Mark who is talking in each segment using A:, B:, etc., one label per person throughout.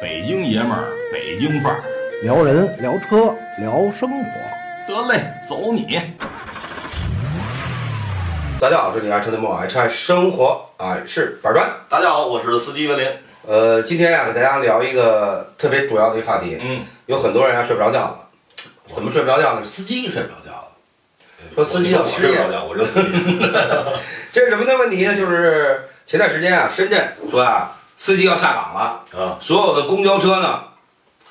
A: 北京爷们儿，北京范儿，
B: 聊人聊车聊生活，
A: 得嘞，走你！
C: 大家好，这里是爱车的莫爱车爱生活，俺是板砖。
A: 大家好，我是司机文林。
C: 呃，今天呀、给大家聊一个特别主要的一个话题，
A: 嗯，
C: 有很多人啊睡不着觉了，怎么睡不着觉呢？司机睡不着觉了。说司机要
D: 我
C: 失
D: 睡
C: 业
D: 不，着觉，我就司 机。
C: 这是什么的问题呢？就是前段时间啊，深圳说啊，司机要下岗了，
D: 啊，
C: 所有的公交车呢，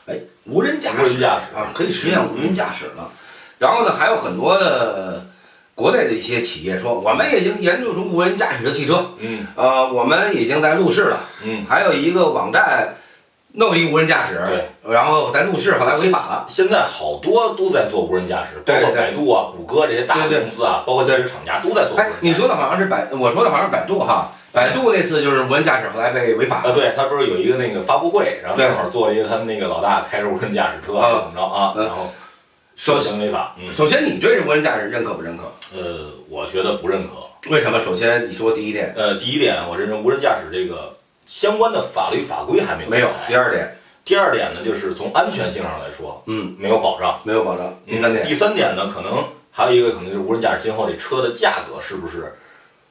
C: 哎，无人驾驶，
D: 无人驾驶
C: 啊，可以实现无人驾驶了。然后呢，还有很多的国内的一些企业说，我们已经研究出无人驾驶的汽车，
A: 嗯
C: 呃，我们已经在入市了。
A: 嗯，
C: 还有一个网站弄一无人驾驶，
D: 对
C: 然后在入市，后来违法了。
D: 现在好多都在做无人驾驶，包
C: 对
D: 括
C: 对
D: 百度啊、谷歌这些大
C: 对
D: 的公司啊，包括汽车厂家都在做无人驾
C: 哎
D: 驶。，
C: 你说的好像是百，我说的好像是百度哈，百度那次就是无人驾驶，后来被违法
D: 啊，
C: 了。
D: 对他不是有一个那个发布会，然后
C: 对
D: 正好做了一个他们那个老大开着无人驾驶车
C: 啊
D: 怎么着啊，
C: 嗯
D: 然后
C: 首
D: 涉
C: 先，
D: 嫌违法。嗯，
C: 首先你对这无人驾驶认可不认可？
D: 呃，我觉得不认可。
C: 为什么？首先你说第一点
D: 呃，第一点，我认为无人驾驶这个相关的法律法规还没有
C: 没有
D: 出，来
C: 第二点
D: 第二点呢，就是从安全性上来说，
C: 嗯，
D: 没有保障。
C: 没有保障，第
D: 嗯
C: 三点
D: 第三点呢，可能还有一个可能就是无人驾驶今后这车的价格是不是，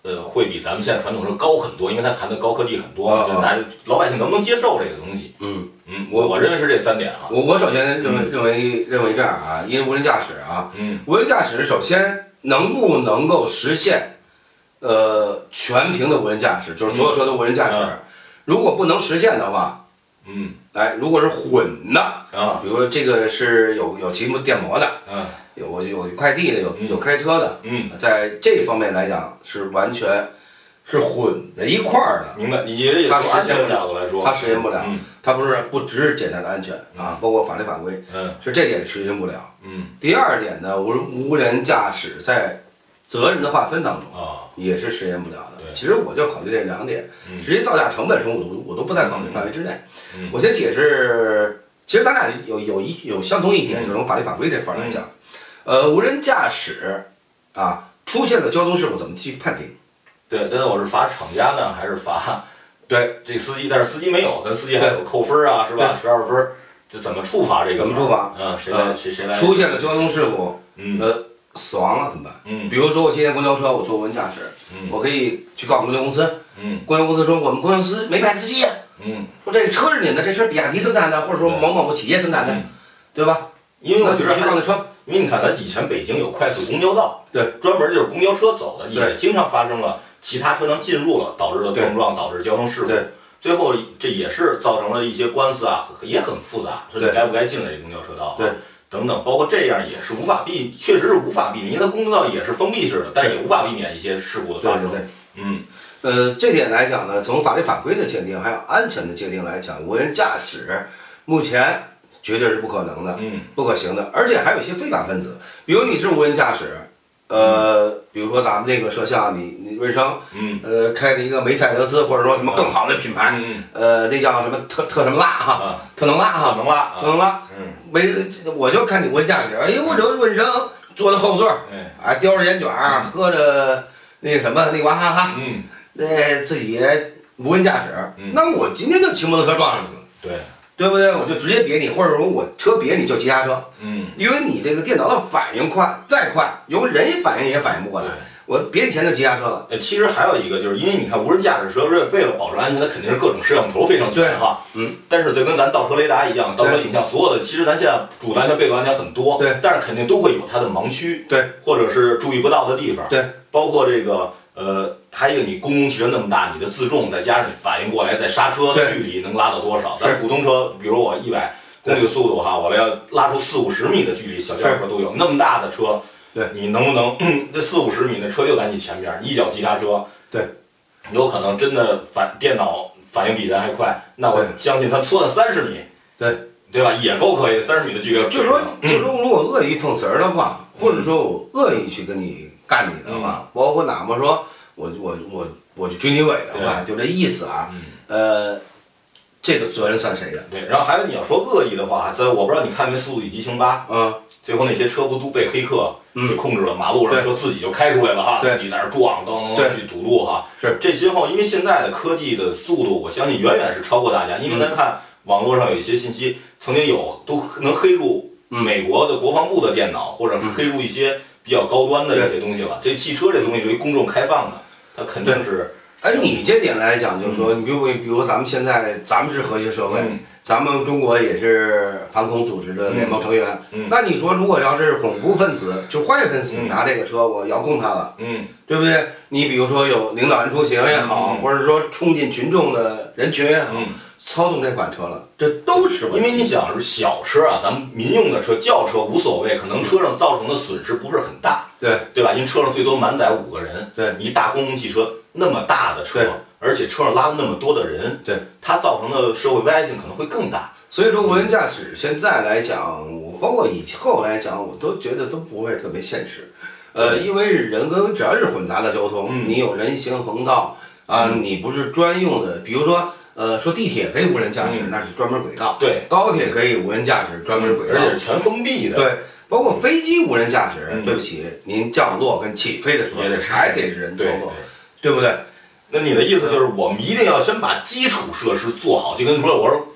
D: 呃，会比咱们现在传统车高很多，因为它含的高科技很多，
C: 啊啊
D: 就大家老百姓能不能接受这个东西？
C: 嗯，
D: 嗯，我我认为是这三点啊。
C: 我我首先认为认为认为这样啊，因为无人驾驶啊，
D: 嗯，
C: 无人驾驶首先能不能够实现，呃，全屏的无人驾驶，就是所有车都无人驾驶。
D: 嗯
C: 如果不能实现的话，
D: 嗯
C: 哎，如果是混的，
D: 啊
C: 比如说这个是有有骑摩电摩的，
D: 嗯
C: 有有快递的，有
D: 嗯
C: 有开车的，
D: 嗯，
C: 在这方面来讲是完全是混在一块儿的，
D: 明白。你也得
C: 它
D: 从
C: 实
D: 安
C: 现不
D: 全
C: 了
D: 角度来说，
C: 它实现不了
D: 嗯
C: 它不是不只是简单的安全啊，包括法律法规，
D: 嗯
C: 是这点实现不了。
D: 嗯
C: 第二点呢，无无人驾驶在责任的划分当中。
D: 啊
C: 也是实现不了的。
D: 对
C: 其实我就考虑这两点，
D: 嗯
C: 直接造价成本什么我都我都不在考虑范围之内。
D: 嗯
C: 我先解释，其实咱俩有有一有相同一点，
D: 嗯
C: 就是从法律法规这块儿来讲，呃，无人驾驶啊出现了交通事故怎么去判定？
D: 对，但是我是罚厂家呢，还是罚
C: 对
D: 这司机？但是司机没有，咱司机还有扣分儿啊，是吧？十二分儿，这怎么处罚这个？
C: 怎么处罚？
D: 嗯，谁
C: 呃
D: 来谁谁来？
C: 出现了交通事故，
D: 嗯
C: 呃，死亡了怎么办？
D: 嗯
C: 比如说我今天公交车我坐无人驾驶，
D: 嗯
C: 我可以去告公交公司，
D: 嗯
C: 公交公司说我们公交公司没派司机啊，
D: 嗯，
C: 说这车是你们的，这是比亚迪生产的，或者说某某某企业生产的
D: 嗯，
C: 对吧？
D: 因为我
C: 那
D: 觉
C: 你
D: 得
C: 去
D: 还
C: 告那车。
D: 因为你看，咱以前北京有快速公交道，
C: 对，
D: 专门就是公交车走的，
C: 对
D: 也经常发生了其他车辆进入了，导致了
C: 对
D: 碰撞，导致交通事故。
C: 对
D: 最后这也是造成了一些官司啊，也很复杂，说你
C: 对
D: 该不该进来这公交车道、啊，
C: 对，
D: 等等，包括这样也是无法避，确实是无法避免，因为它公交道也是封闭式的，但是也无法避免一些事故的
C: 对
D: 发
C: 对
D: 生。
C: 对，
D: 嗯
C: 呃，这点来讲呢，从法律法规的界定还有安全的界定来讲，无人驾驶目前绝对是不可能的、
D: 嗯
C: 不可行的，而且还有一些非法分子，比如你是无人驾驶，呃，比如说咱们这个摄像，你你瑞声，
D: 嗯
C: 呃，开了一个梅赛德斯或者说什么更好的品牌，
D: 嗯
C: 呃，那叫什么特特什么拉哈，
D: 啊，
C: 特能拉
D: 啊
C: 哈，
D: 能拉
C: 特
D: 啊，
C: 能拉，
D: 嗯，
C: 没，我就看你无人驾驶，哎呦，我这瑞声坐在后座，
D: 哎，
C: 啊，叼着烟卷儿，喝着那什么那娃哈哈。
D: 嗯，
C: 那自己无人驾驶，
D: 嗯
C: 那我今天就骑摩托车撞上你了，
D: 对，
C: 对不对？我就直接别你，或者说我车别你就急刹车，
D: 嗯，
C: 因为你这个电脑的反应快，再快，有人也反应也反应不过来
D: 对。
C: 我别你前就急刹车了，
D: 呃，其实还有一个，就是因为你看无人驾驶车，为为了保证安全，它肯定是各种摄像头非常全哈。
C: 嗯。
D: 但是就跟咱倒车雷达一样，倒车影像所有的，其实咱现在主观的、被动安全很多，
C: 对
D: 但是肯定都会有它的盲区，
C: 对，
D: 或者是注意不到的地方，
C: 对，
D: 包括这个呃，还有一个你公共汽车那么大，你的自重再加上你反应过来，在刹车
C: 对
D: 距离能拉到多少？咱
C: 是
D: 普通车，比如我一百公里的速度哈，我要拉出四五十米的距离，小轿车都有，那么大的车。
C: 对
D: 你能不能这四五十米的车就在你前边儿，你一脚急刹车，有可能真的反电脑反应比人还快，那我
C: 对
D: 相信他缩了三十米，
C: 对
D: 对吧？也够可以，三十米的距离要
C: 就是说，就是说，如果恶意碰瓷儿的话，或者说我恶意去跟你干你的话，包括哪怕说我我我我去追你尾的话，就这意思啊，呃，这个责任算谁的？
D: 对。然后还有你要说恶意的话，在我不知道你看没《速度与激情八》，
C: 嗯，
D: 最后那些车不都被黑客给
C: 嗯
D: 控制了，马路上
C: 对
D: 车自己就开出来了哈，
C: 对
D: 自己在那儿撞，噔噔
C: 对
D: 噔去堵路哈。
C: 是嗯
D: 这今后因为现在的科技的速度，我相信远远是超过大家，因为咱看。网络上有一些信息曾经有都能黑入
C: 嗯
D: 美国的国防部的电脑，或者是黑入一些比较高端的一些东西了。这汽车这东西是一公众开放的，它肯定是
C: 哎，你这点来讲，就是说，你比如比如咱们现在，咱们是和谐社会，
D: 嗯
C: 咱们中国也是反恐组织的联盟成员。
D: 嗯
C: 那你说，如果要是恐怖分子，就坏分子
D: 嗯
C: 拿这个车，我遥控他了，
D: 嗯
C: 对不对？你比如说有领导人出行也好，
D: 嗯嗯
C: 或者说冲进群众的人群也好，
D: 嗯，
C: 操纵这款车了，这都是问
D: 因
C: 题
D: 为你想是小车啊，咱们民用的车、轿车无所谓，可能车上造成的损失不是很大，
C: 对
D: 对吧？因为车上最多满载五个人，
C: 对
D: 你一大公共汽车那么大的车
C: 对，
D: 而且车上拉那么多的人，
C: 对
D: 它造成的社会危害性可能会更大。
C: 所以说无人驾驶现在来讲，我包括以后来讲，我都觉得都不会特别现实。呃，因为人跟只要是混杂的交通，
D: 嗯
C: 你有人行横道啊，你不是专用的，比如说呃，说地铁可以无人驾驶，
D: 嗯
C: 那是专门轨道；
D: 对，
C: 高铁可以无人驾驶，专门轨道
D: 而。且是全封闭的，
C: 对，包括飞机无人驾驶，
D: 嗯
C: 对不起，您降落跟起飞的时候
D: 也得是
C: 还得是人操
D: 对
C: 作对
D: 对，
C: 不对？
D: 那你的意思就是，我们一定要先把基础设施做好，就跟说我说，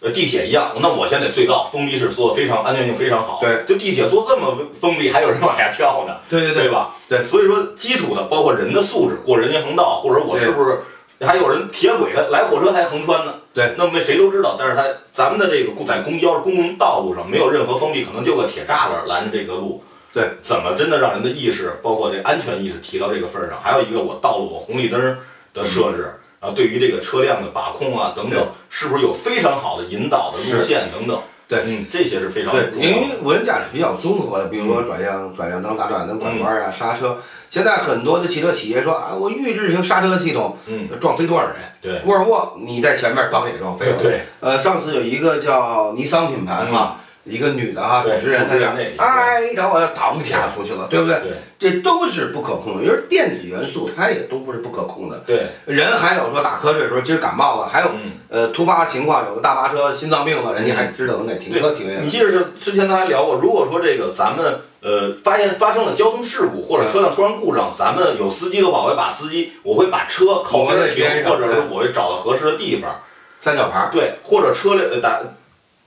D: 呃，地铁一样，那我先得隧道封闭式做的非常安全性非常好，
C: 对，
D: 就地铁做这么封闭，还有人往下跳呢，
C: 对对对
D: 吧？
C: 对
D: 所以说基础的包括人的素质，过人行横道，或者我是不是还有人铁轨的来火车才横穿呢？
C: 对，
D: 那么谁都知道，但是他咱们的这个公在公交公共道路上没有任何封闭，可能就个铁栅栏拦着这个路。
C: 对，
D: 怎么真的让人的意识，包括这安全意识提到这个份儿上？还有一个，我道路我红绿灯儿的设置，然后对于这个车辆的把控啊等
C: 嗯对
D: 等，是不是有非常好的引导的路
C: 是
D: 线等等？
C: 对
D: 嗯，这些是非常
C: 对，
D: 重要
C: 因
D: 的。
C: 为无人驾驶比较综合的，比如说转向、转向灯、打转灯、拐弯啊、刹车。现在很多的汽车企业说啊，我预制型刹车系统，呃
D: 嗯，
C: 撞飞多少人？
D: 对
C: 沃尔沃你在前面当也撞飞了。
D: 对，
C: 呃，上次有一个叫尼桑品牌哈，一个女的哈，主
D: 嗯对
C: 持人
D: 主
C: 她
D: 持
C: 讲
D: 人那，个
C: 哎，一找我挡一下出去了，对不对？
D: 对
C: 这都是不可控的，因为电子元素它也都不是不可控的。
D: 对，
C: 人还有说打瞌睡的时候，今儿感冒了，还有
D: 嗯
C: 呃突发情况，有个大巴车心脏病了，人家还知道能给停车停下来
D: 你。记得是之前咱还聊过，如果说这个咱们呃发现发生了交通事故或者车辆突然故障，咱们有司机的话，我会把司机，我会把车靠边儿停
C: 挪到边，上
D: 或者是我会找到合适的地方，
C: 三角牌儿，
D: 对，或者车辆呃打。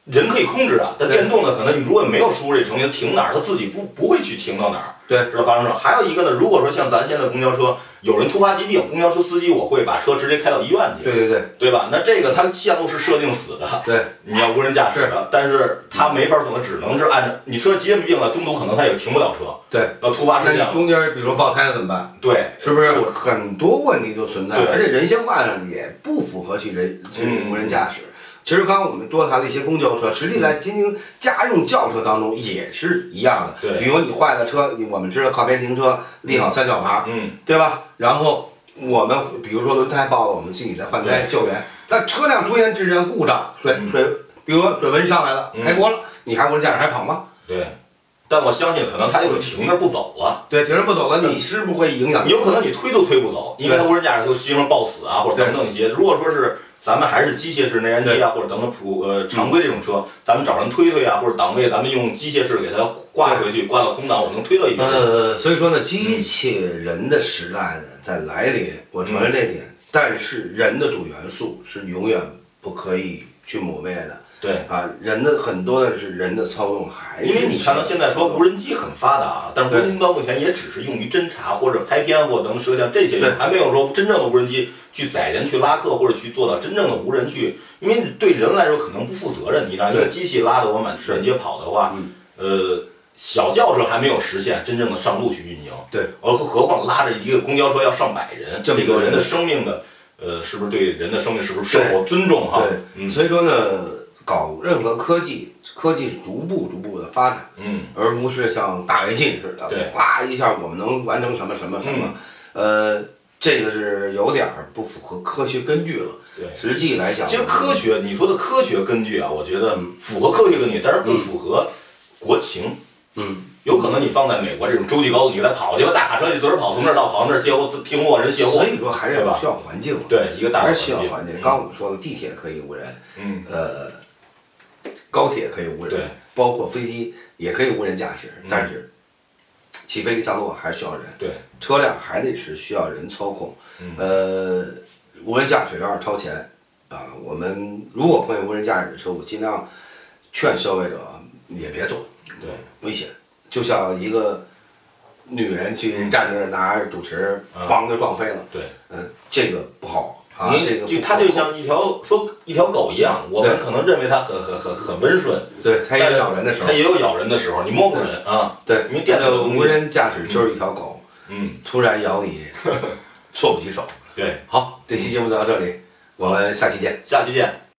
D: 人可以控制啊，但
C: 对
D: 电动的可能你如果没有输入这程序，它停哪儿它自己不不会去停到哪儿，
C: 对
D: 知道发生什么。还有一个呢，如果说像咱现在公交车有人突发疾病，公交车司机我会把车直接开到医院去，
C: 对对对
D: 对吧？那这个它线路是设定死的，
C: 对
D: 你要无人驾驶的，但是他没法怎么，只能是按照你车急性病了，中途可能他也停不了车，
C: 对。
D: 那突发
C: 那
D: 事件
C: 你
D: 了，
C: 中间比如说爆胎了怎么办？
D: 对，
C: 是不是很多问题都存在？
D: 对
C: 而且人性化上也不符合去人去
D: 嗯嗯
C: 无人驾驶。其实刚刚我们多谈了一些公交车，实际在今天家用轿车当中也是一样的。
D: 对
C: 比如你坏了车，你我们知道靠边停车，立好三角牌儿，
D: 嗯，
C: 对吧？然后我们比如说轮胎爆了，我们自己再换胎
D: 对
C: 救援。但车辆出现质量故障，水水，比如说水温上来了，
D: 嗯
C: 开锅了，你还无人驾驶还跑吗？
D: 对。但我相信，可能他就是停那儿不走了，
C: 对，停着不走了，你是不是会影响？
D: 嗯有可能你推都推不走，因为他无人驾驶就牺牲抱死啊，或者等等一些。如果说是咱们还是机械式内燃机啊，或者等等普呃常规这种车，咱们找人推推啊，或者档位咱们用机械式给它挂回去，挂到空档，我能推到一边。
C: 呃，所以说呢，机器人的时代呢在来临，我承认这点，
D: 嗯
C: 但是人的主元素是永远不可以去抹灭的
D: 对，
C: 啊。人的很多的是人的操纵，还是
D: 哎因为你看到现在说无人机很发达啊，但是无人机到目前也只是用于侦察或者拍片或者能摄像这些
C: 对
D: 用，还没有说真正的无人机去载人去拉客或者去做到真正的无人去，因为对人来说可能不负责任，你让一个
C: 对
D: 机器拉着我满
C: 是
D: 满街跑的话
C: 嗯，
D: 呃，小轿车还没有实现真正的上路去运营，
C: 对，
D: 而何况拉着一个公交车要上百人，
C: 这
D: 这
C: 么多
D: 个人的
C: 人
D: 生命的，呃，是不是对人的生命是不是
C: 对
D: 受尊重哈？
C: 对，
D: 嗯
C: 所以说呢，搞任何科技，科技逐步逐步的发展，
D: 嗯，
C: 而不是像大跃进似的，
D: 对嗯
C: 啪一下我们能完成什么什么什么，呃，这个是有点儿不符合科学根据了。
D: 对。
C: 实际来讲，
D: 其实科学，你说的科学根据啊，我觉得符合科学根据，但是不符合国情。
C: 嗯，
D: 有可能你放在美国这种洲际高速，你给它跑去吧，大卡车就自个儿跑，从这儿到跑那儿卸货，停货人卸货
C: 所。以说还是
D: 对吧
C: 需要环境嘛，
D: 对，一个大
C: 还
D: 环
C: 是需
D: 境
C: 要。环境。刚我们说的地铁可以无人，
D: 嗯，
C: 呃，高铁可以无人
D: 对，
C: 包括飞机也可以无人驾驶，
D: 嗯
C: 但是起飞降落还是需要人，
D: 对，
C: 车辆还得是需要人操控
D: 嗯。
C: 呃，无人驾驶要是超前，啊，我们如果碰见无人驾驶的车，我尽量劝消费者也别坐，
D: 对，
C: 危险。就像一个女人去站那儿拿着主持，
D: 嗯
C: 梆就撞飞了。
D: 对，
C: 嗯，这个不好啊，
D: 您
C: 这个
D: 就
C: 不
D: 它
C: 好
D: 就像一条说一条狗一样，我们
C: 对
D: 可能认为它很很很很温顺，
C: 对，它也咬人的时候
D: 它，也有咬人的时候，你摸不准啊。
C: 对，
D: 因为
C: 它
D: 电
C: 的
D: 动
C: 无人驾驶就是一条狗，
D: 嗯，
C: 突然咬你， 措不及手。
D: 对，
C: 好，这期节目就到这里，我们下期见。
D: 下期见。